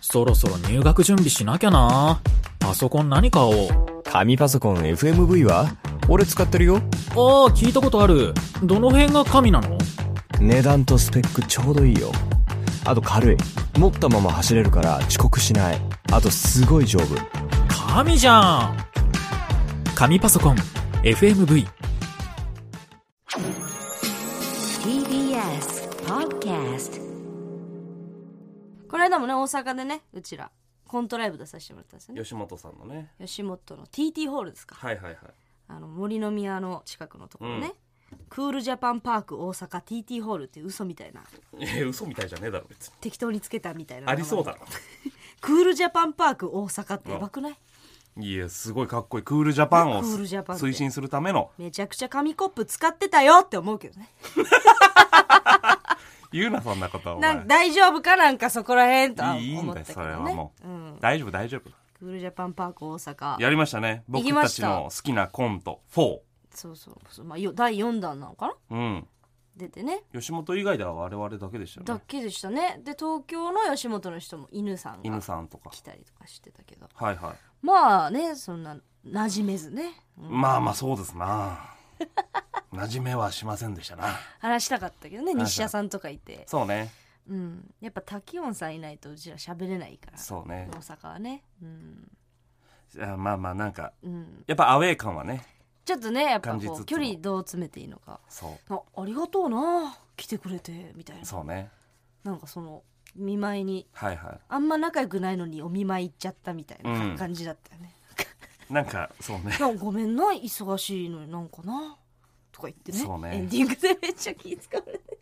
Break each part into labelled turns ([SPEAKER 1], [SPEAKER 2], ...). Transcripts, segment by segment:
[SPEAKER 1] そろそろ入学準備しなきゃな。パソコン何買おう。
[SPEAKER 2] 紙パソコン FMV は俺使ってるよ。
[SPEAKER 1] ああ、聞いたことある。どの辺が神なの
[SPEAKER 2] 値段とスペックちょうどいいよ。あと軽い。持ったまま走れるから遅刻しない。あとすごい丈夫。
[SPEAKER 1] 神じゃん神パソコン FMV
[SPEAKER 3] TBS Podcast この間もね大阪でねうちらコントライブ出させてもらったんですよね
[SPEAKER 4] 吉本さんのね
[SPEAKER 3] 吉本の TT ホールですか
[SPEAKER 4] はいはいはい
[SPEAKER 3] あの森の宮の近くのところね、クールジャパンパーク大阪 TT ホールっていう嘘みたいな
[SPEAKER 4] え嘘みたいじゃねえだろ別に
[SPEAKER 3] 適当につけたみたいな
[SPEAKER 4] ありそうだ
[SPEAKER 3] クールジャパンパーク大阪ってやばくない、
[SPEAKER 4] ろいやすごいかっこいいクールジャパンを
[SPEAKER 3] クールジャパンって
[SPEAKER 4] 推進するための
[SPEAKER 3] めちゃくちゃ紙コップ使ってたよって思うけどね
[SPEAKER 4] 言うなそんなことお
[SPEAKER 3] な
[SPEAKER 4] 前
[SPEAKER 3] ん大丈夫かなんかそこらへんとはい
[SPEAKER 4] い
[SPEAKER 3] 思
[SPEAKER 4] ん
[SPEAKER 3] っ
[SPEAKER 4] だ
[SPEAKER 3] たけ
[SPEAKER 4] よそ
[SPEAKER 3] ど
[SPEAKER 4] れは
[SPEAKER 3] ね
[SPEAKER 4] もう、
[SPEAKER 3] うん
[SPEAKER 4] 大丈夫大丈夫
[SPEAKER 3] クールジャパンパーク大阪
[SPEAKER 4] やりましたね
[SPEAKER 3] 行
[SPEAKER 4] 僕
[SPEAKER 3] きま
[SPEAKER 4] た
[SPEAKER 3] し
[SPEAKER 4] ち
[SPEAKER 3] た
[SPEAKER 4] の好きなコント4
[SPEAKER 3] そうそうそう、まあ、よ第4弾なのかな
[SPEAKER 4] うん
[SPEAKER 3] 出てね
[SPEAKER 4] 吉本以外では我々だけでしたよ
[SPEAKER 3] だ
[SPEAKER 4] ね
[SPEAKER 3] けでしたねで東京の吉本の人も犬さんが
[SPEAKER 4] 犬さんとか
[SPEAKER 3] 来たりとかしてたけど
[SPEAKER 4] はいはい、
[SPEAKER 3] まあねそんな馴染めずね、うん
[SPEAKER 4] まあまあそうですな 馴染めはしませんでしたな
[SPEAKER 3] 話したかったけどね
[SPEAKER 4] 話
[SPEAKER 3] 日
[SPEAKER 4] した
[SPEAKER 3] 社さんとかいて、
[SPEAKER 4] そうね
[SPEAKER 3] うん、やっぱ滝音さんいないとうちら喋れないから
[SPEAKER 4] そうね
[SPEAKER 3] 大阪はね、うん
[SPEAKER 4] いやまあまあなんか
[SPEAKER 3] うん、
[SPEAKER 4] やっぱアウェー感はね
[SPEAKER 3] ちょっとねやっぱ
[SPEAKER 4] 感じつ
[SPEAKER 3] こ
[SPEAKER 4] つ
[SPEAKER 3] う
[SPEAKER 4] も
[SPEAKER 3] 距離どう詰めていいのか
[SPEAKER 4] そ
[SPEAKER 3] あありがとうな来てくれてみたいな
[SPEAKER 4] うそうね
[SPEAKER 3] なんかその見舞いに
[SPEAKER 4] はいは
[SPEAKER 3] あんま仲良くないのにお見舞い行っちゃったみたい
[SPEAKER 4] うん
[SPEAKER 3] な感じだったよね、
[SPEAKER 4] いなんかそうね
[SPEAKER 3] いやごめんな忙しいのになんかなとか言ってね
[SPEAKER 4] そうね
[SPEAKER 3] エンディングでめっちゃ気使われて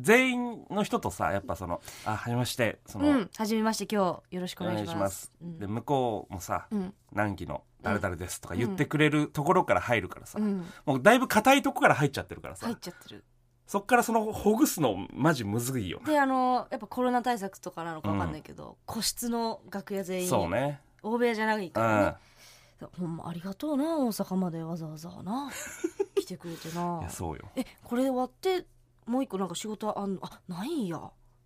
[SPEAKER 4] 全員の人とさやっぱその「あはじめまして」その、
[SPEAKER 3] うん初めまして今日よろしく
[SPEAKER 4] お
[SPEAKER 3] お願い
[SPEAKER 4] 願
[SPEAKER 3] し
[SPEAKER 4] いし
[SPEAKER 3] ま
[SPEAKER 4] ますす」
[SPEAKER 3] うん
[SPEAKER 4] で向こうもさ「
[SPEAKER 3] うん
[SPEAKER 4] 何期の誰々です」とか言ってくれるところから入るからさ、
[SPEAKER 3] うん
[SPEAKER 4] もうだいぶ硬いとこから入っちゃってるからさ、
[SPEAKER 3] 入っちゃってる
[SPEAKER 4] そっからそのほぐすのマジむずいよ
[SPEAKER 3] であのやっぱコロナ対策とかなのかわかんないけど、個室の楽屋全員
[SPEAKER 4] そうね
[SPEAKER 3] 大部屋じゃないか
[SPEAKER 4] う
[SPEAKER 3] ら
[SPEAKER 4] ん
[SPEAKER 3] ね、ほんまありがとうな大阪までわざわ ざな来てくれてない
[SPEAKER 4] やそうよ
[SPEAKER 3] えこれ終わってもう一個なんか仕事あんのあないんや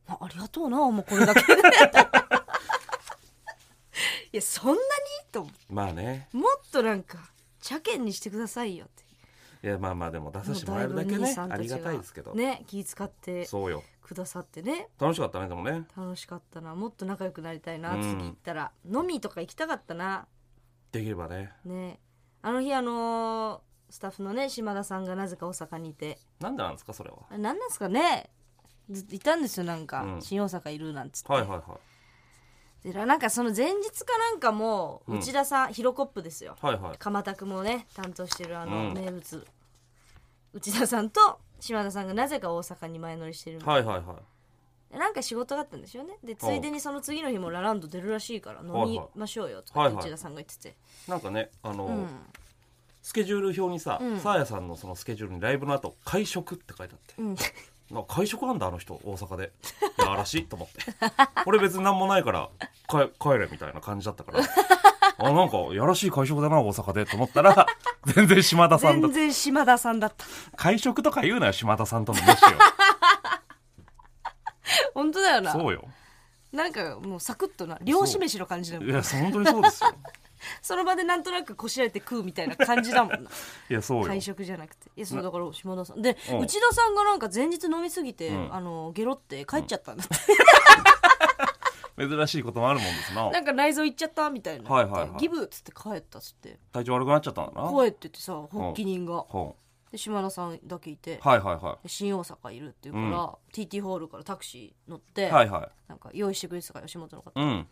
[SPEAKER 3] あありがとうなもうこれ だけでいやそんなにと思
[SPEAKER 4] まあね
[SPEAKER 3] うもっとなんか邪険にしてくださいよって
[SPEAKER 4] いやまあまあでも出させてもらえるだけ
[SPEAKER 3] もう
[SPEAKER 4] ね
[SPEAKER 3] いぶ兄
[SPEAKER 4] あ
[SPEAKER 3] さんた
[SPEAKER 4] り
[SPEAKER 3] ち
[SPEAKER 4] がたいですけど、
[SPEAKER 3] ね気使って
[SPEAKER 4] そうよ
[SPEAKER 3] くださってね
[SPEAKER 4] 楽しかったねでもね
[SPEAKER 3] 楽しかったなもっと仲良くなりたいな、
[SPEAKER 4] うん
[SPEAKER 3] 次行ったら飲みとか行きたかったな
[SPEAKER 4] できればね
[SPEAKER 3] ねあの日あのースタッフのね島田さんがなぜか大阪にいて
[SPEAKER 4] なんでなんですかそれは
[SPEAKER 3] あれ何なんですかねずっといたんですよなんか、
[SPEAKER 4] うん
[SPEAKER 3] 新大阪いるなんつって、
[SPEAKER 4] はいはいは
[SPEAKER 3] でなんかその前日かなんかもう
[SPEAKER 4] うん
[SPEAKER 3] 内田さん、ヒロコップですよ、
[SPEAKER 4] いはいはい
[SPEAKER 3] 鎌田君もね担当してるあ
[SPEAKER 4] う
[SPEAKER 3] の
[SPEAKER 4] ん
[SPEAKER 3] 名物、内田さんと島田さんがなぜか大阪に前乗りしてるみたい
[SPEAKER 4] はいはいはい
[SPEAKER 3] でなんか仕事があったんですよねでついでにその次の日もラランド出るらしいから飲みましょうよとかって
[SPEAKER 4] はいはい
[SPEAKER 3] 内田さんが言ってて、
[SPEAKER 4] なんかねあの、
[SPEAKER 3] うん
[SPEAKER 4] スケジュール表にさ
[SPEAKER 3] うん
[SPEAKER 4] さあやさんのそのスケジュールにライブの後会食って書いてあって
[SPEAKER 3] うん、
[SPEAKER 4] なんか会食なんだあの人大阪でいやらしいと思って俺別に何もないから帰帰れみたいな感じだったからあなんかやらしい会食だな大阪でと思ったら全然島田さんだ
[SPEAKER 3] 全然島田さんだった
[SPEAKER 4] 会食とか言うなよ島田さんとの飯を
[SPEAKER 3] 本当だよな
[SPEAKER 4] そうよ
[SPEAKER 3] なんかもうサクッとな漁師飯の感じだも
[SPEAKER 4] い
[SPEAKER 3] ん
[SPEAKER 4] や本当にそうですよ
[SPEAKER 3] その場でなんとなくこしらえて食うみたいな感じだもんな
[SPEAKER 4] いや そうよ
[SPEAKER 3] 会食じゃなくていやそうだから島田さんで、
[SPEAKER 4] うん
[SPEAKER 3] 内田さんがなんか前日飲みすぎて、
[SPEAKER 4] うん
[SPEAKER 3] あのゲロって帰っちゃったんだって、
[SPEAKER 4] 珍しいこともあるもんですな
[SPEAKER 3] なんか内臓いっちゃったみたいな、
[SPEAKER 4] はいはいはい
[SPEAKER 3] ギブっつって帰ったっつって
[SPEAKER 4] 体調悪くなっちゃったんだな
[SPEAKER 3] 帰っててさ発起人が、
[SPEAKER 4] ほ
[SPEAKER 3] で島田さんだけいて、
[SPEAKER 4] うはいはいは
[SPEAKER 3] で新大阪いるっていうから、
[SPEAKER 4] うん
[SPEAKER 3] TT ホールからタクシー乗って、
[SPEAKER 4] いはいは
[SPEAKER 3] なんか用意してくれてたから吉本の方、
[SPEAKER 4] いうん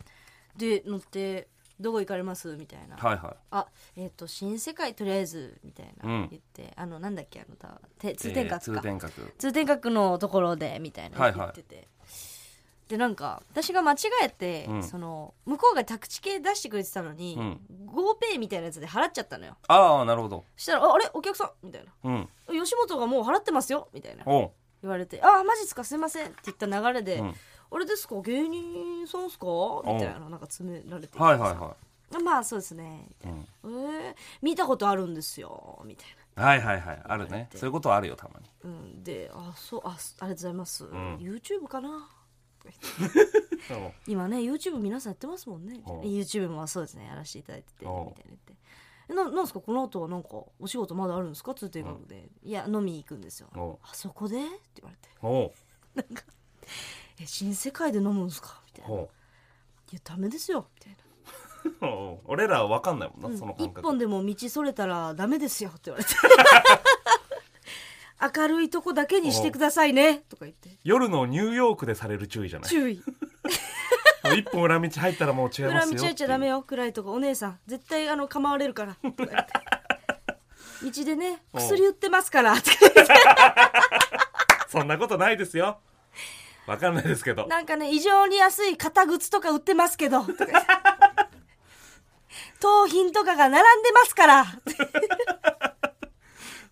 [SPEAKER 3] で乗って「どこ行かれます?」みたいな
[SPEAKER 4] はいは
[SPEAKER 3] あえっ、と新世界とりあえずみたいな、
[SPEAKER 4] うん
[SPEAKER 3] 言ってあのなんだっけあのたて
[SPEAKER 4] い
[SPEAKER 3] 通天閣か、
[SPEAKER 4] えー通天閣
[SPEAKER 3] 通天閣のところでみたいな
[SPEAKER 4] はいはい
[SPEAKER 3] 言ってて、でなんか私が間違えて、
[SPEAKER 4] うん
[SPEAKER 3] その向こうが宅地系出してくれてたのに、
[SPEAKER 4] うん
[SPEAKER 3] GoPay みたいなやつで払っちゃったのよ
[SPEAKER 4] ああなるほど
[SPEAKER 3] そしたら「ああれお客さん」みたいな
[SPEAKER 4] うん
[SPEAKER 3] 「吉本がもう払ってますよ」みたいな
[SPEAKER 4] おう
[SPEAKER 3] 言われて「ああマジっすかすいません」って言った流れで「
[SPEAKER 4] うん
[SPEAKER 3] あれですか芸人さんっすか?」みたいななんか詰められて
[SPEAKER 4] はいはいは
[SPEAKER 3] まあそうですねみたいな、えー見たことあるんですよみたい
[SPEAKER 4] いはいはいはいあるねそういうことはあるよたまに
[SPEAKER 3] な、うん、であそうあすありがとうございます、
[SPEAKER 4] ん
[SPEAKER 3] YouTube かな言って
[SPEAKER 4] うん
[SPEAKER 3] 今ね YouTube 皆さんやってますもんね
[SPEAKER 4] うん
[SPEAKER 3] YouTube もそうですねやらせていただいててみたい
[SPEAKER 4] うん
[SPEAKER 3] な言ってえななんですかこの後はなんかお仕事まだあるんですかつって言うので、いや飲みに行くんですよ、
[SPEAKER 4] うん
[SPEAKER 3] あそこでって言われて
[SPEAKER 4] ほ
[SPEAKER 3] 「え新世界で飲むんですか?」みた
[SPEAKER 4] う
[SPEAKER 3] いな「い
[SPEAKER 4] ほ
[SPEAKER 3] やダメですよ」みたいな
[SPEAKER 4] うほう俺らは分かんないもんな、その
[SPEAKER 3] うん
[SPEAKER 4] 感
[SPEAKER 3] 一
[SPEAKER 4] 覚
[SPEAKER 3] 本でも道それたらダメですよって言われて明るいとこだけにしてくださいねとか言って
[SPEAKER 4] 夜のニューヨークでされる注意じゃない
[SPEAKER 3] 注意
[SPEAKER 4] もう一本裏道入ったらもう違いま
[SPEAKER 3] 裏
[SPEAKER 4] す
[SPEAKER 3] 道
[SPEAKER 4] よ
[SPEAKER 3] 入っちゃダメ
[SPEAKER 4] よ
[SPEAKER 3] よ暗いとこお姉さん絶対あの構われる からとか言って道でね
[SPEAKER 4] うん
[SPEAKER 3] 薬売ってますからと か言って
[SPEAKER 4] そんなことないですよ分かんないですけど
[SPEAKER 3] なんかね異常に安い肩靴とか売ってます けどとか言って盗品とかが並んでます から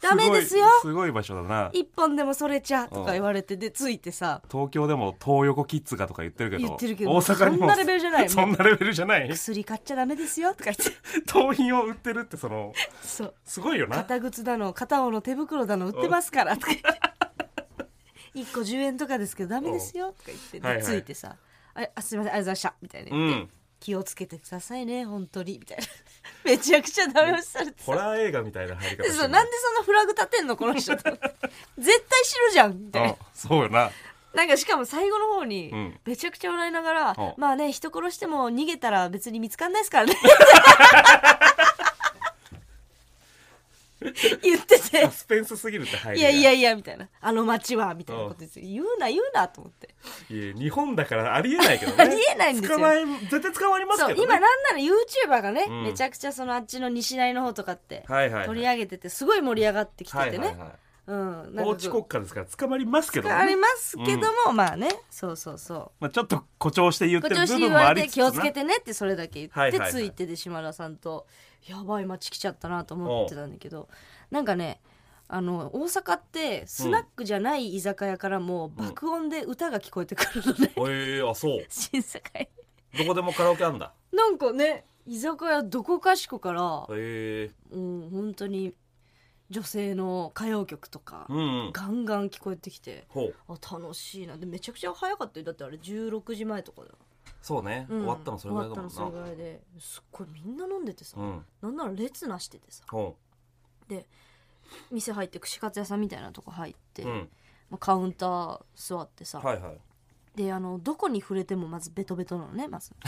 [SPEAKER 3] ダメですよ
[SPEAKER 4] すごいすごい場所だな
[SPEAKER 3] 一本でもそれちゃとか言われてでついてさ
[SPEAKER 4] 東京でも東横キッズがとか言ってるけど
[SPEAKER 3] 言ってるけど
[SPEAKER 4] 大阪に
[SPEAKER 3] そ
[SPEAKER 4] も
[SPEAKER 3] んなレベルじゃないもん
[SPEAKER 4] そんなレベルじゃない
[SPEAKER 3] 薬買っちゃダメですよとか言 って
[SPEAKER 4] 盗品を売ってるってその
[SPEAKER 3] そう
[SPEAKER 4] すごいよな
[SPEAKER 3] 肩靴だの片方の手袋だの売ってます からとか言って1個10円とかですけどダメですよとか言って、で
[SPEAKER 4] はいはい
[SPEAKER 3] ついてさ「ああすいませんありがとうございました」みたいな
[SPEAKER 4] う
[SPEAKER 3] 言って、
[SPEAKER 4] ん
[SPEAKER 3] 気をつけてくださいね本当に」みたいな めちゃくちゃダメ押しされて
[SPEAKER 4] ホラー映画みたいな入り方
[SPEAKER 3] で
[SPEAKER 4] して
[SPEAKER 3] そう
[SPEAKER 4] る
[SPEAKER 3] なんでそんなフラグ立てんのこの人と 絶対白じゃんみたいな
[SPEAKER 4] あそうよな
[SPEAKER 3] なんかしかも最後の方に
[SPEAKER 4] うん
[SPEAKER 3] めちゃくちゃ笑いながら、
[SPEAKER 4] うん
[SPEAKER 3] まあね人殺しても逃げたら別に見つかんないです からね言ってて
[SPEAKER 4] サスペンスすぎるって入
[SPEAKER 3] い
[SPEAKER 4] り
[SPEAKER 3] や
[SPEAKER 4] が
[SPEAKER 3] いやいやみたいなあの街はみたいなこと言って言うな言うなと思って
[SPEAKER 4] いや日本だからありえないけど ね
[SPEAKER 3] ありえないんですよ
[SPEAKER 4] 捕まえ絶対捕まります
[SPEAKER 3] そう
[SPEAKER 4] けど、ね、
[SPEAKER 3] 今なんなら YouTuber がね、
[SPEAKER 4] うん
[SPEAKER 3] めちゃくちゃそのあっちの西成の方とかって
[SPEAKER 4] はいはいはい
[SPEAKER 3] 取り上げててすごい盛り上がってきてて
[SPEAKER 4] はいはい
[SPEAKER 3] ね
[SPEAKER 4] はい
[SPEAKER 3] うんなん
[SPEAKER 4] 法
[SPEAKER 3] か
[SPEAKER 4] 治
[SPEAKER 3] こう
[SPEAKER 4] 国家ですから捕まりますけど、ね、
[SPEAKER 3] ありますけども、まあねそうそうそう
[SPEAKER 4] まあ、ちょっと誇張して言って
[SPEAKER 3] 誇張
[SPEAKER 4] る部
[SPEAKER 3] して
[SPEAKER 4] 分
[SPEAKER 3] 言
[SPEAKER 4] もあ
[SPEAKER 3] われ
[SPEAKER 4] り
[SPEAKER 3] て
[SPEAKER 4] つつ
[SPEAKER 3] 気
[SPEAKER 4] な
[SPEAKER 3] をつけてねってそれだけ言って、
[SPEAKER 4] はいはいはい
[SPEAKER 3] ついてで島田さんとやばい街来ちゃったなと思ってたんだけどなんかねあの大阪ってスナックじゃない居酒屋からも爆音で歌が聞こえてくるのね、
[SPEAKER 4] ええあそう
[SPEAKER 3] 新世界
[SPEAKER 4] どこでもカラオケ あんだ
[SPEAKER 3] なんかね居酒屋どこかしこから、
[SPEAKER 4] え
[SPEAKER 3] うん、本当に女性の歌謡曲とか
[SPEAKER 4] えうんうん
[SPEAKER 3] ガンガン聞こえてきて
[SPEAKER 4] ほう
[SPEAKER 3] あ楽しいなでめちゃくちゃ早かったよだってあれ16時前とかだよ
[SPEAKER 4] そうね、
[SPEAKER 3] うん
[SPEAKER 4] 終わったのそれぐらいだもん
[SPEAKER 3] 終わったの
[SPEAKER 4] な
[SPEAKER 3] それぐらいですっごいみんな飲んでてさ、
[SPEAKER 4] うん
[SPEAKER 3] なんなら列なしててさ
[SPEAKER 4] ほ
[SPEAKER 3] 店入って串カツ屋さんみたいなとこ入って、
[SPEAKER 4] ううん
[SPEAKER 3] まあ、カウンター座ってさ、
[SPEAKER 4] はいはい
[SPEAKER 3] であのどこに触れてもまずベトベトなのねまず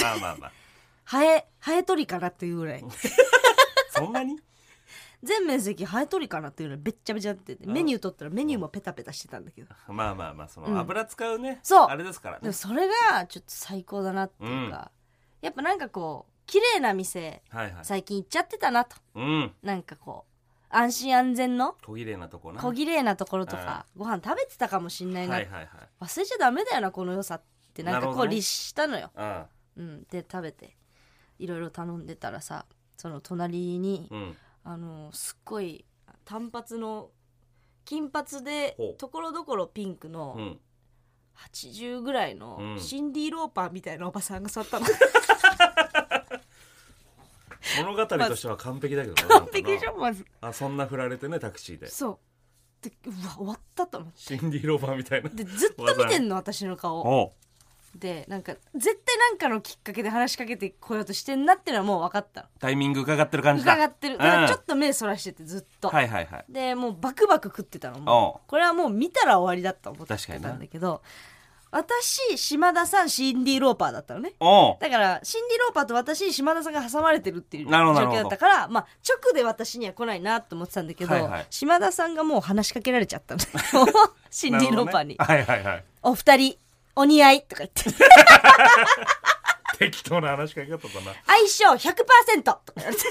[SPEAKER 4] まあまあまあ
[SPEAKER 3] ハエハエ取りかなっていうぐらい
[SPEAKER 4] そんなに
[SPEAKER 3] 全面積ハエ取りかなっていうぐらいべっちゃべちゃってて
[SPEAKER 4] うん
[SPEAKER 3] メニュー取ったらメニューもペタペタしてたんだけど、
[SPEAKER 4] まあまあまあそ
[SPEAKER 3] うん
[SPEAKER 4] の油使うね、
[SPEAKER 3] そう
[SPEAKER 4] あれですから
[SPEAKER 3] でも
[SPEAKER 4] ね
[SPEAKER 3] それがちょっと最高だなっていうか、やっぱなんかこう綺麗な店
[SPEAKER 4] はいはい
[SPEAKER 3] 最近行っちゃってたなと
[SPEAKER 4] うん
[SPEAKER 3] なんかこう安心安全の
[SPEAKER 4] 小綺麗なとこな
[SPEAKER 3] 小綺麗なところとかご飯食べてたかもしんないな
[SPEAKER 4] は
[SPEAKER 3] っ
[SPEAKER 4] いはいはい
[SPEAKER 3] 忘れちゃダメだよなこの良さってなんか
[SPEAKER 4] なる
[SPEAKER 3] こ
[SPEAKER 4] ほ
[SPEAKER 3] う
[SPEAKER 4] どね
[SPEAKER 3] 律したのよ、
[SPEAKER 4] あ
[SPEAKER 3] うん、で食べていろいろ頼んでたらさその隣に、
[SPEAKER 4] あうん
[SPEAKER 3] あのすっごい短髪の金髪で
[SPEAKER 4] ほう
[SPEAKER 3] ところどころピンク
[SPEAKER 4] う
[SPEAKER 3] の
[SPEAKER 4] ん
[SPEAKER 3] 80ぐらいの
[SPEAKER 4] うん
[SPEAKER 3] シンディ・ローパーみたいなおばさんが座 ったの
[SPEAKER 4] 物語としては完璧だけどね
[SPEAKER 3] 完璧でし
[SPEAKER 4] なん
[SPEAKER 3] ょ
[SPEAKER 4] か
[SPEAKER 3] まず
[SPEAKER 4] なあそんな振られてねタクシーで
[SPEAKER 3] そうでうわ終わったと思っ
[SPEAKER 4] シンディ・ローバーみたいな
[SPEAKER 3] てでずっと見てんの私の顔
[SPEAKER 4] おう
[SPEAKER 3] でなんか絶対なんかのきっかけで話しかけてこようとしてんなってのはもう分かったの
[SPEAKER 4] タイミング伺ってる感じだ
[SPEAKER 3] 伺ってるだからちょっと目そらしててずっと、
[SPEAKER 4] はいはいはい
[SPEAKER 3] でもうバクバク食ってたのも
[SPEAKER 4] お
[SPEAKER 3] うこれはもう見たら終わりだと思って
[SPEAKER 4] 確かにな
[SPEAKER 3] たんだけど私島田さんシンディ・ローパーだったのね
[SPEAKER 4] おう
[SPEAKER 3] だからシンディ・ローパーと私島田さんが挟まれてるっていう状
[SPEAKER 4] なるほど
[SPEAKER 3] 況だったからまあ、直で私には来ないなと思ってたんだけど、
[SPEAKER 4] はいはい
[SPEAKER 3] 島田さんがもう話しかけられちゃ ったのシンディ・ローパーに、
[SPEAKER 4] なるほどねはいはいはい
[SPEAKER 3] お二人お似合い」とか言って
[SPEAKER 4] 適当な話しかけ方だな
[SPEAKER 3] 「相性100%」とか言わ れて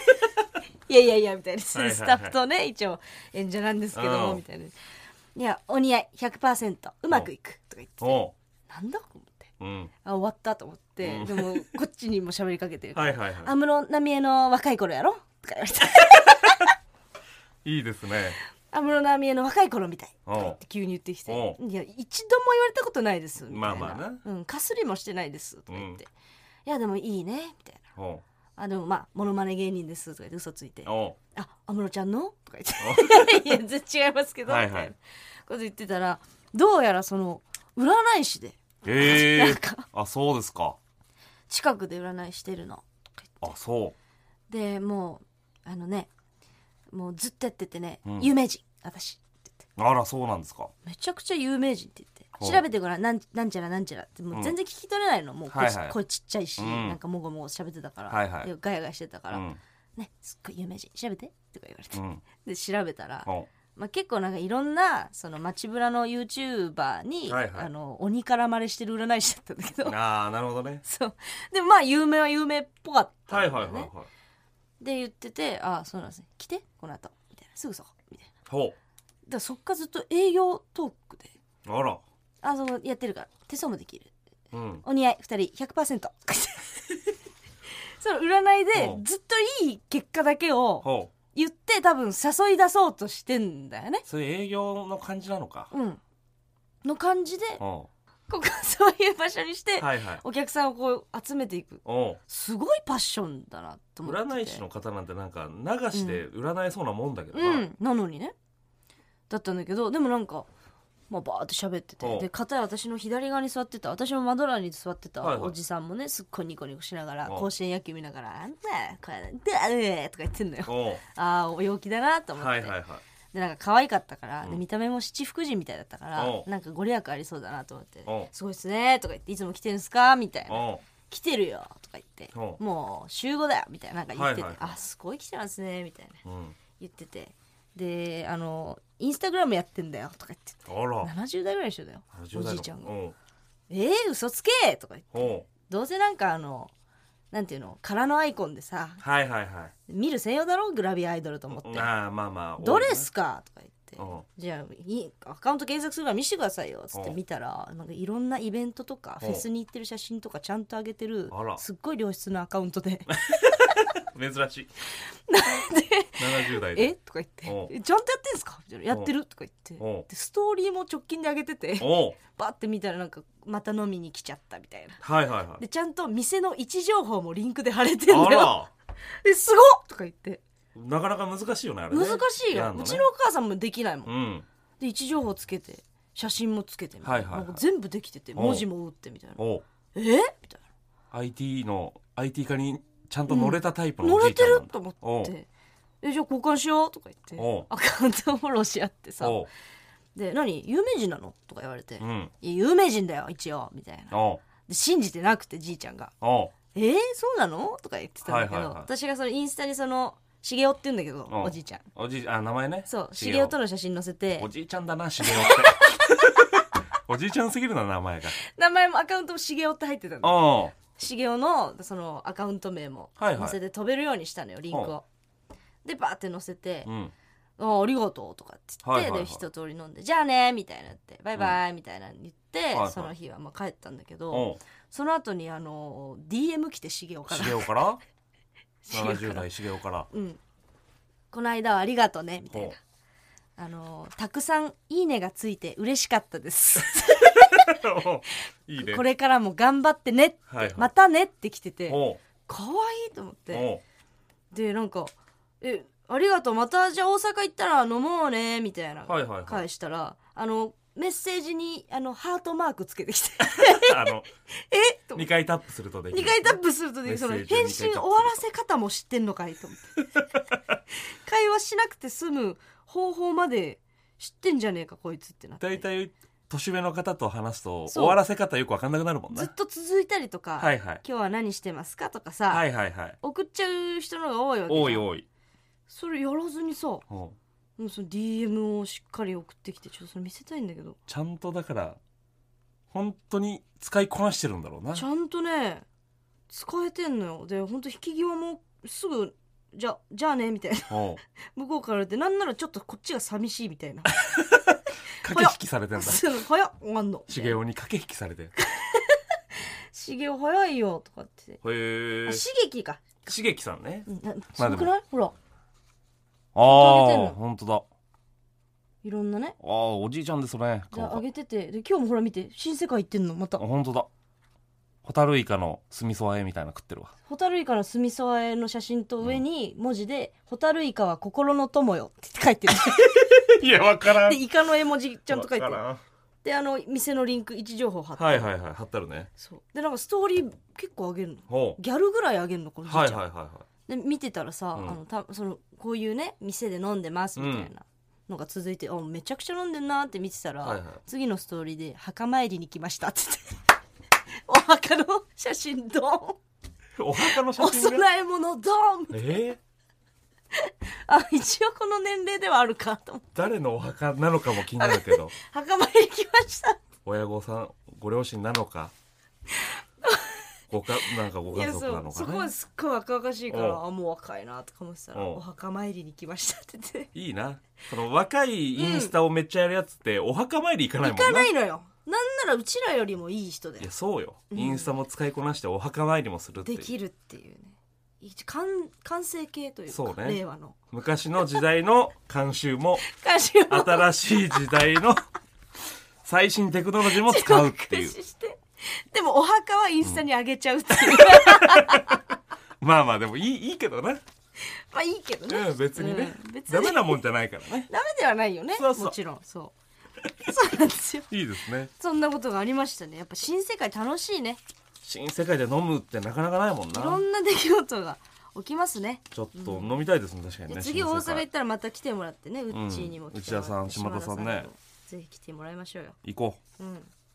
[SPEAKER 3] 「いやいやいや」みたいな
[SPEAKER 4] はいはいはい
[SPEAKER 3] スタッフとね一応演者なんですけども
[SPEAKER 4] うん
[SPEAKER 3] みたいな「いやお似合い100%うまくいく」とか言ってて
[SPEAKER 4] お
[SPEAKER 3] なんだと思って
[SPEAKER 4] ううん
[SPEAKER 3] あ終わったと思って、
[SPEAKER 4] うん
[SPEAKER 3] でもこっちにも喋りかけてるから
[SPEAKER 4] はいはい
[SPEAKER 3] 「
[SPEAKER 4] は
[SPEAKER 3] 安室奈美恵の若い頃やろ?」とか言われ て
[SPEAKER 4] いいいですね
[SPEAKER 3] 「安室奈美恵の若い頃みたい」とか言って急に言ってきて「
[SPEAKER 4] お
[SPEAKER 3] いや一度も言われたことないです」みたいな
[SPEAKER 4] まあまあな
[SPEAKER 3] うん、かすりもしてないです」とか言って「いやでもいいね」みたいな
[SPEAKER 4] おう
[SPEAKER 3] 「あでもまあモノマネ芸人です」とか言って嘘ついて
[SPEAKER 4] おう
[SPEAKER 3] あ、安室ちゃんのとか言 って。いや、全然違いますけど、
[SPEAKER 4] はいはい
[SPEAKER 3] みたいなこと言ってたら、どうやらその、占い師で、
[SPEAKER 4] へ
[SPEAKER 3] な
[SPEAKER 4] え
[SPEAKER 3] んか
[SPEAKER 4] あそうですか
[SPEAKER 3] 近くで占いしてるの
[SPEAKER 4] あそ
[SPEAKER 3] でもうあのねもうずっとやっててね、
[SPEAKER 4] うん
[SPEAKER 3] 有名人私
[SPEAKER 4] うあらそうなんですか
[SPEAKER 3] めちゃくちゃ有名人って言
[SPEAKER 4] ほ
[SPEAKER 3] っ
[SPEAKER 4] う
[SPEAKER 3] て調べてごらんなんなんちゃらなんちゃらってもう全然聞き取れないの、もう声,、
[SPEAKER 4] はいはい
[SPEAKER 3] 声ちっちゃいし、
[SPEAKER 4] うん
[SPEAKER 3] なんかもごもご喋ってたから、
[SPEAKER 4] はいはい
[SPEAKER 3] でガヤガヤしてたから、
[SPEAKER 4] うん
[SPEAKER 3] ねすっごい有名人調べてとか言われて、
[SPEAKER 4] うん
[SPEAKER 3] で調べたら、
[SPEAKER 4] お
[SPEAKER 3] まあ、結構なんかいろんなその街ブラの YouTuber に、
[SPEAKER 4] はいはい
[SPEAKER 3] あの鬼からまれしてる占い師だったんだけど
[SPEAKER 4] ああなるほどね
[SPEAKER 3] そうでもまあ有名は有名っぽかったん
[SPEAKER 4] は
[SPEAKER 3] だ
[SPEAKER 4] い
[SPEAKER 3] よね、
[SPEAKER 4] はいはいはい
[SPEAKER 3] で言ってて「ああそうなんですね来てこの後みたいな「すぐそこ」みたいな
[SPEAKER 4] ほ
[SPEAKER 3] だからそっからずっと営業トークで
[SPEAKER 4] うあら
[SPEAKER 3] 「あそのやってるから手相もできる
[SPEAKER 4] うん
[SPEAKER 3] お似合い2人100%」とか言って その占いで
[SPEAKER 4] うん
[SPEAKER 3] ずっといい結果だけを
[SPEAKER 4] ほう
[SPEAKER 3] 言って多分誘い出そうとしてんだよね
[SPEAKER 4] それ営業の感じなのか
[SPEAKER 3] うんの感じで
[SPEAKER 4] お
[SPEAKER 3] ここそういう場所にして
[SPEAKER 4] うは いはい
[SPEAKER 3] お客さんをこう集めていく
[SPEAKER 4] おう
[SPEAKER 3] すごいパッションだなと思ってて
[SPEAKER 4] 占い師の方なんてなんか流して占えそうなもんだけどな、
[SPEAKER 3] うん、なのにねだったんだけどでもなんか、まあ、バーって喋って
[SPEAKER 4] お
[SPEAKER 3] て
[SPEAKER 4] う
[SPEAKER 3] で片や私の左側に座ってた私のマドラーに座ってた
[SPEAKER 4] はいはい
[SPEAKER 3] おじさんもねすっごいニコニコしながら
[SPEAKER 4] おう
[SPEAKER 3] 甲子園野球見ながら「あんたこれだね」とか言ってんのよ
[SPEAKER 4] おう
[SPEAKER 3] ああお陽気だなと思って、
[SPEAKER 4] はいはいはい
[SPEAKER 3] でなんか可愛かったから、で
[SPEAKER 4] うん
[SPEAKER 3] 見た目も七福神みたいだったから
[SPEAKER 4] おう
[SPEAKER 3] なんかご利益ありそうだなと思って
[SPEAKER 4] おう
[SPEAKER 3] 「すごいっすね」とか言って「いつも来てるんすか?」みたいな
[SPEAKER 4] おう
[SPEAKER 3] 来てるよとか言って
[SPEAKER 4] おう
[SPEAKER 3] もう集合だよみたいななんか言ってて、
[SPEAKER 4] はいはいはい
[SPEAKER 3] あすごい来てますねみたいな
[SPEAKER 4] うん
[SPEAKER 3] 言っててであのインスタグラムやってんだよとか言ってて
[SPEAKER 4] あら
[SPEAKER 3] 70代ぐらいの人だよ
[SPEAKER 4] 70
[SPEAKER 3] お
[SPEAKER 4] 代の
[SPEAKER 3] じいちゃんが
[SPEAKER 4] おう
[SPEAKER 3] 「えー、嘘つけ!」とか言って
[SPEAKER 4] おう
[SPEAKER 3] どうせなんかあのなんていうの空のアイコンでさ
[SPEAKER 4] はいはいは
[SPEAKER 3] 見る専用だろグラビアアイドルと思って
[SPEAKER 4] いああまあま
[SPEAKER 3] 「
[SPEAKER 4] あ
[SPEAKER 3] どれっすか?」とか言って
[SPEAKER 4] お
[SPEAKER 3] じゃあいいアカウント検索するから見せてくださいよっつって
[SPEAKER 4] お
[SPEAKER 3] 見たらなんかいろんなイベントとか
[SPEAKER 4] お
[SPEAKER 3] フェスに行ってる写真とかちゃんと上げてる
[SPEAKER 4] あら
[SPEAKER 3] すっごい良質なアカウントで
[SPEAKER 4] 珍しい なんで70
[SPEAKER 3] 「
[SPEAKER 4] 代で
[SPEAKER 3] えとか言っ
[SPEAKER 4] お
[SPEAKER 3] て「ちゃんとやってんすか?」みたいな「やってる?」とか言って
[SPEAKER 4] おう
[SPEAKER 3] でストーリーも直近で上げてて
[SPEAKER 4] おう
[SPEAKER 3] バッて見たらなんかまた飲みに来ちゃったみたいな
[SPEAKER 4] はいはいはい
[SPEAKER 3] でちゃんと店の位置情報もリンクで貼れてん
[SPEAKER 4] あ
[SPEAKER 3] だよ
[SPEAKER 4] ら
[SPEAKER 3] えすごっとか言って
[SPEAKER 4] なかなか難しいよねあれね
[SPEAKER 3] 難しいよ、
[SPEAKER 4] やん
[SPEAKER 3] う
[SPEAKER 4] ね
[SPEAKER 3] ちのお母さんもできないもん、
[SPEAKER 4] うん
[SPEAKER 3] で位置情報つけて写真もつけてみたいな,、
[SPEAKER 4] はいはいはい
[SPEAKER 3] なんか全部できてて
[SPEAKER 4] お
[SPEAKER 3] 文字も打ってみたいな
[SPEAKER 4] おう
[SPEAKER 3] えみたい
[SPEAKER 4] IT の IT 化にちゃんと乗れたタイプ
[SPEAKER 3] な
[SPEAKER 4] のお
[SPEAKER 3] 乗れ
[SPEAKER 4] じいち
[SPEAKER 3] て
[SPEAKER 4] ゃんな
[SPEAKER 3] る
[SPEAKER 4] んだ
[SPEAKER 3] と思
[SPEAKER 4] おう
[SPEAKER 3] ってえじゃあ交換しようとか言って
[SPEAKER 4] おう
[SPEAKER 3] アカウントフォローし合ってさ
[SPEAKER 4] おう
[SPEAKER 3] で何有名人なのとか言われて、
[SPEAKER 4] う
[SPEAKER 3] いや
[SPEAKER 4] ん
[SPEAKER 3] 有名人だよ一応みたいな
[SPEAKER 4] おう
[SPEAKER 3] で信じてなくてじいちゃんが
[SPEAKER 4] おう
[SPEAKER 3] えー、そうなのとか言ってたんだけど、
[SPEAKER 4] はいはいはい
[SPEAKER 3] 私がそのインスタにその茂雄って言うんだけど
[SPEAKER 4] うん
[SPEAKER 3] おじいちゃん
[SPEAKER 4] おじいあ名前ね
[SPEAKER 3] そう
[SPEAKER 4] し
[SPEAKER 3] 茂
[SPEAKER 4] げお
[SPEAKER 3] 雄との写真載せて
[SPEAKER 4] おじいちゃんだな、しげおって。 おじいちゃんすぎるな、名前が。
[SPEAKER 3] 名前もアカウントも茂雄って入ってたの
[SPEAKER 4] あ
[SPEAKER 3] 茂雄のそのアカウント名も
[SPEAKER 4] はい
[SPEAKER 3] 載
[SPEAKER 4] はい
[SPEAKER 3] せて飛べるようにしたのよリンクを、でバーって載せて
[SPEAKER 4] あ、うん。
[SPEAKER 3] 「あありがとう」とかって言って、
[SPEAKER 4] はいはいは
[SPEAKER 3] で
[SPEAKER 4] い
[SPEAKER 3] 一通り飲んで「じゃあね」みたいなって「バイバイ」みたいなの言って、
[SPEAKER 4] いはい
[SPEAKER 3] その日はまあ帰ったんだけど、
[SPEAKER 4] お
[SPEAKER 3] その後にあの DM 来て茂雄
[SPEAKER 4] う
[SPEAKER 3] か
[SPEAKER 4] し
[SPEAKER 3] ら
[SPEAKER 4] げ おから
[SPEAKER 3] 茂雄から
[SPEAKER 4] ?70 代しげおから。
[SPEAKER 3] うん、この間はありがとねみたい
[SPEAKER 4] ほ
[SPEAKER 3] な。あのたくさんいいねがついて嬉しかったです。
[SPEAKER 4] おういい ね。
[SPEAKER 3] これからも頑張ってねって、
[SPEAKER 4] はいはい
[SPEAKER 3] またねって来てて、
[SPEAKER 4] おう
[SPEAKER 3] 可愛いと思って、
[SPEAKER 4] おう
[SPEAKER 3] でなんかえありがとうまたじゃあ大阪行ったら飲もうねみたいな
[SPEAKER 4] はいはいはい
[SPEAKER 3] 返したら、あのメッセージにあのハートマークつけてきて
[SPEAKER 4] あの、
[SPEAKER 3] えと思って。
[SPEAKER 4] 2回タップするとできる。
[SPEAKER 3] 2回タップするとね
[SPEAKER 4] メッセ
[SPEAKER 3] その
[SPEAKER 4] ージを
[SPEAKER 3] 返信
[SPEAKER 4] 二回タ
[SPEAKER 3] 終
[SPEAKER 4] ップすると
[SPEAKER 3] わらせ方も知ってんのかいと思って 会話しなくて済む方法まで知ってんじゃねえかこいつってなって
[SPEAKER 4] 大体、年上の方と話すと、
[SPEAKER 3] そ
[SPEAKER 4] 終
[SPEAKER 3] う
[SPEAKER 4] わらせ方よくわかんなくなるもん
[SPEAKER 3] ずっ
[SPEAKER 4] ね。
[SPEAKER 3] と続いたりとか、
[SPEAKER 4] はいはい。
[SPEAKER 3] 今日は何してますかとかさ、
[SPEAKER 4] はいはいはい。
[SPEAKER 3] 送っちゃう人の方が多いわけじゃん
[SPEAKER 4] おいおい。
[SPEAKER 3] それやらずにさも
[SPEAKER 4] おう
[SPEAKER 3] うその DM をしっかり送ってきてちょっとそれ見せたいんだけど
[SPEAKER 4] ちゃんとだから、本当に使いこなしてるんだろうな
[SPEAKER 3] ち。ゃんとね使えてんのよでほんと引き際もすぐじゃじゃあねみたいな
[SPEAKER 4] おう
[SPEAKER 3] 向こうから言ってなんならちょっとこっちが寂しいみたい な
[SPEAKER 4] 駆け引きされてんだ。
[SPEAKER 3] その早っ終わんの
[SPEAKER 4] しげおに駆け引きされてる。
[SPEAKER 3] しげお早いよとかって
[SPEAKER 4] へ
[SPEAKER 3] あ
[SPEAKER 4] え。
[SPEAKER 3] しげきか
[SPEAKER 4] しげきさんね。
[SPEAKER 3] うんなす
[SPEAKER 4] ま
[SPEAKER 3] ご
[SPEAKER 4] あでも
[SPEAKER 3] くないほらあげてん
[SPEAKER 4] あ
[SPEAKER 3] の
[SPEAKER 4] あ、本当だ。あ
[SPEAKER 3] いろんなね
[SPEAKER 4] あ、おじいちゃんですね。
[SPEAKER 3] じゃ
[SPEAKER 4] 顔
[SPEAKER 3] あ
[SPEAKER 4] が
[SPEAKER 3] あげててで今日もほら見て新世界行ってんのま
[SPEAKER 4] あ
[SPEAKER 3] た
[SPEAKER 4] 本当だ。ホタルイカの酢味噌和えみたいなの食ってるわ。
[SPEAKER 3] ホタルイカの住み添えの写真と上に文字で、ホタルイカは 心の友よって書いてる。
[SPEAKER 4] いや、わから
[SPEAKER 3] で、イカの絵文字ちゃんと書いてる。
[SPEAKER 4] わからん
[SPEAKER 3] であの店のリンク位置情報貼って、
[SPEAKER 4] はいはいはい貼ってあるね
[SPEAKER 3] そうでなんかストーリー結構上げるの
[SPEAKER 4] ほう
[SPEAKER 3] ギャルぐらい上げるのこのじいちゃん、
[SPEAKER 4] はいはいはいは
[SPEAKER 3] で見てたらさ、
[SPEAKER 4] うん
[SPEAKER 3] あのたそのこういうね店で飲んでますみたいなのが続いて、あめちゃくちゃ飲んでんなって見てたら、
[SPEAKER 4] はいはい
[SPEAKER 3] 次のストーリーで「墓参りに来ました」って言ってお墓の写真ドーン
[SPEAKER 4] いお墓の写
[SPEAKER 3] お
[SPEAKER 4] 真が
[SPEAKER 3] 供え物ドーン
[SPEAKER 4] えー、
[SPEAKER 3] あ一応この年齢ではあるかと思って
[SPEAKER 4] 誰のお墓なのかも気になるけど
[SPEAKER 3] 墓参り来ました
[SPEAKER 4] 親御さんご両親なのかごかなんかご
[SPEAKER 3] い
[SPEAKER 4] 家
[SPEAKER 3] や
[SPEAKER 4] 族
[SPEAKER 3] そ
[SPEAKER 4] な
[SPEAKER 3] う
[SPEAKER 4] の
[SPEAKER 3] そ
[SPEAKER 4] か
[SPEAKER 3] こ
[SPEAKER 4] ね
[SPEAKER 3] はすっごい若々しいか
[SPEAKER 4] う
[SPEAKER 3] ら
[SPEAKER 4] ん
[SPEAKER 3] あもう若いなとか思ってたら
[SPEAKER 4] うん
[SPEAKER 3] お墓参りに来ましたって言って
[SPEAKER 4] いいなその若いインスタをめっちゃやるやつって、お墓参り行かない
[SPEAKER 3] 行
[SPEAKER 4] もんな
[SPEAKER 3] かないのよなんならうちらよりもいい人で
[SPEAKER 4] いやそうよ、
[SPEAKER 3] うん
[SPEAKER 4] インスタも使いこなしてお墓参りもするってい
[SPEAKER 3] で
[SPEAKER 4] う
[SPEAKER 3] きるっていうね一完完成形というか
[SPEAKER 4] そうね
[SPEAKER 3] 令和の
[SPEAKER 4] 昔の時代の慣習 も
[SPEAKER 3] 歌詞を
[SPEAKER 4] 新しい時代の最新テクノロジーも使 うっていう
[SPEAKER 3] 駆使してでもお墓はインスタに上げちゃうって いう、
[SPEAKER 4] まあまあでもいいいいけどね、
[SPEAKER 3] まあいいけどね、
[SPEAKER 4] うん、別にね、
[SPEAKER 3] うん別に
[SPEAKER 4] ダメなもんじゃないからね
[SPEAKER 3] ダメではないよね
[SPEAKER 4] そうそう
[SPEAKER 3] もちろんそうそうなんですよ
[SPEAKER 4] いいですね
[SPEAKER 3] そんなことがありましたねやっぱ新世界楽しいね
[SPEAKER 4] 新世界で飲むってなかなかないもん
[SPEAKER 3] いろ
[SPEAKER 4] なん
[SPEAKER 3] な出来事が起きますね
[SPEAKER 4] ちょっと飲みたいですね、確かに
[SPEAKER 3] で
[SPEAKER 4] ね
[SPEAKER 3] 次
[SPEAKER 4] 新世
[SPEAKER 3] 大
[SPEAKER 4] 界
[SPEAKER 3] 阪行ったらまた来てもらってねうっちーにも
[SPEAKER 4] うん
[SPEAKER 3] 来てもらって
[SPEAKER 4] 内田さん島田さんね
[SPEAKER 3] ぜひ来てもらいましょうよ
[SPEAKER 4] 行こ
[SPEAKER 3] うん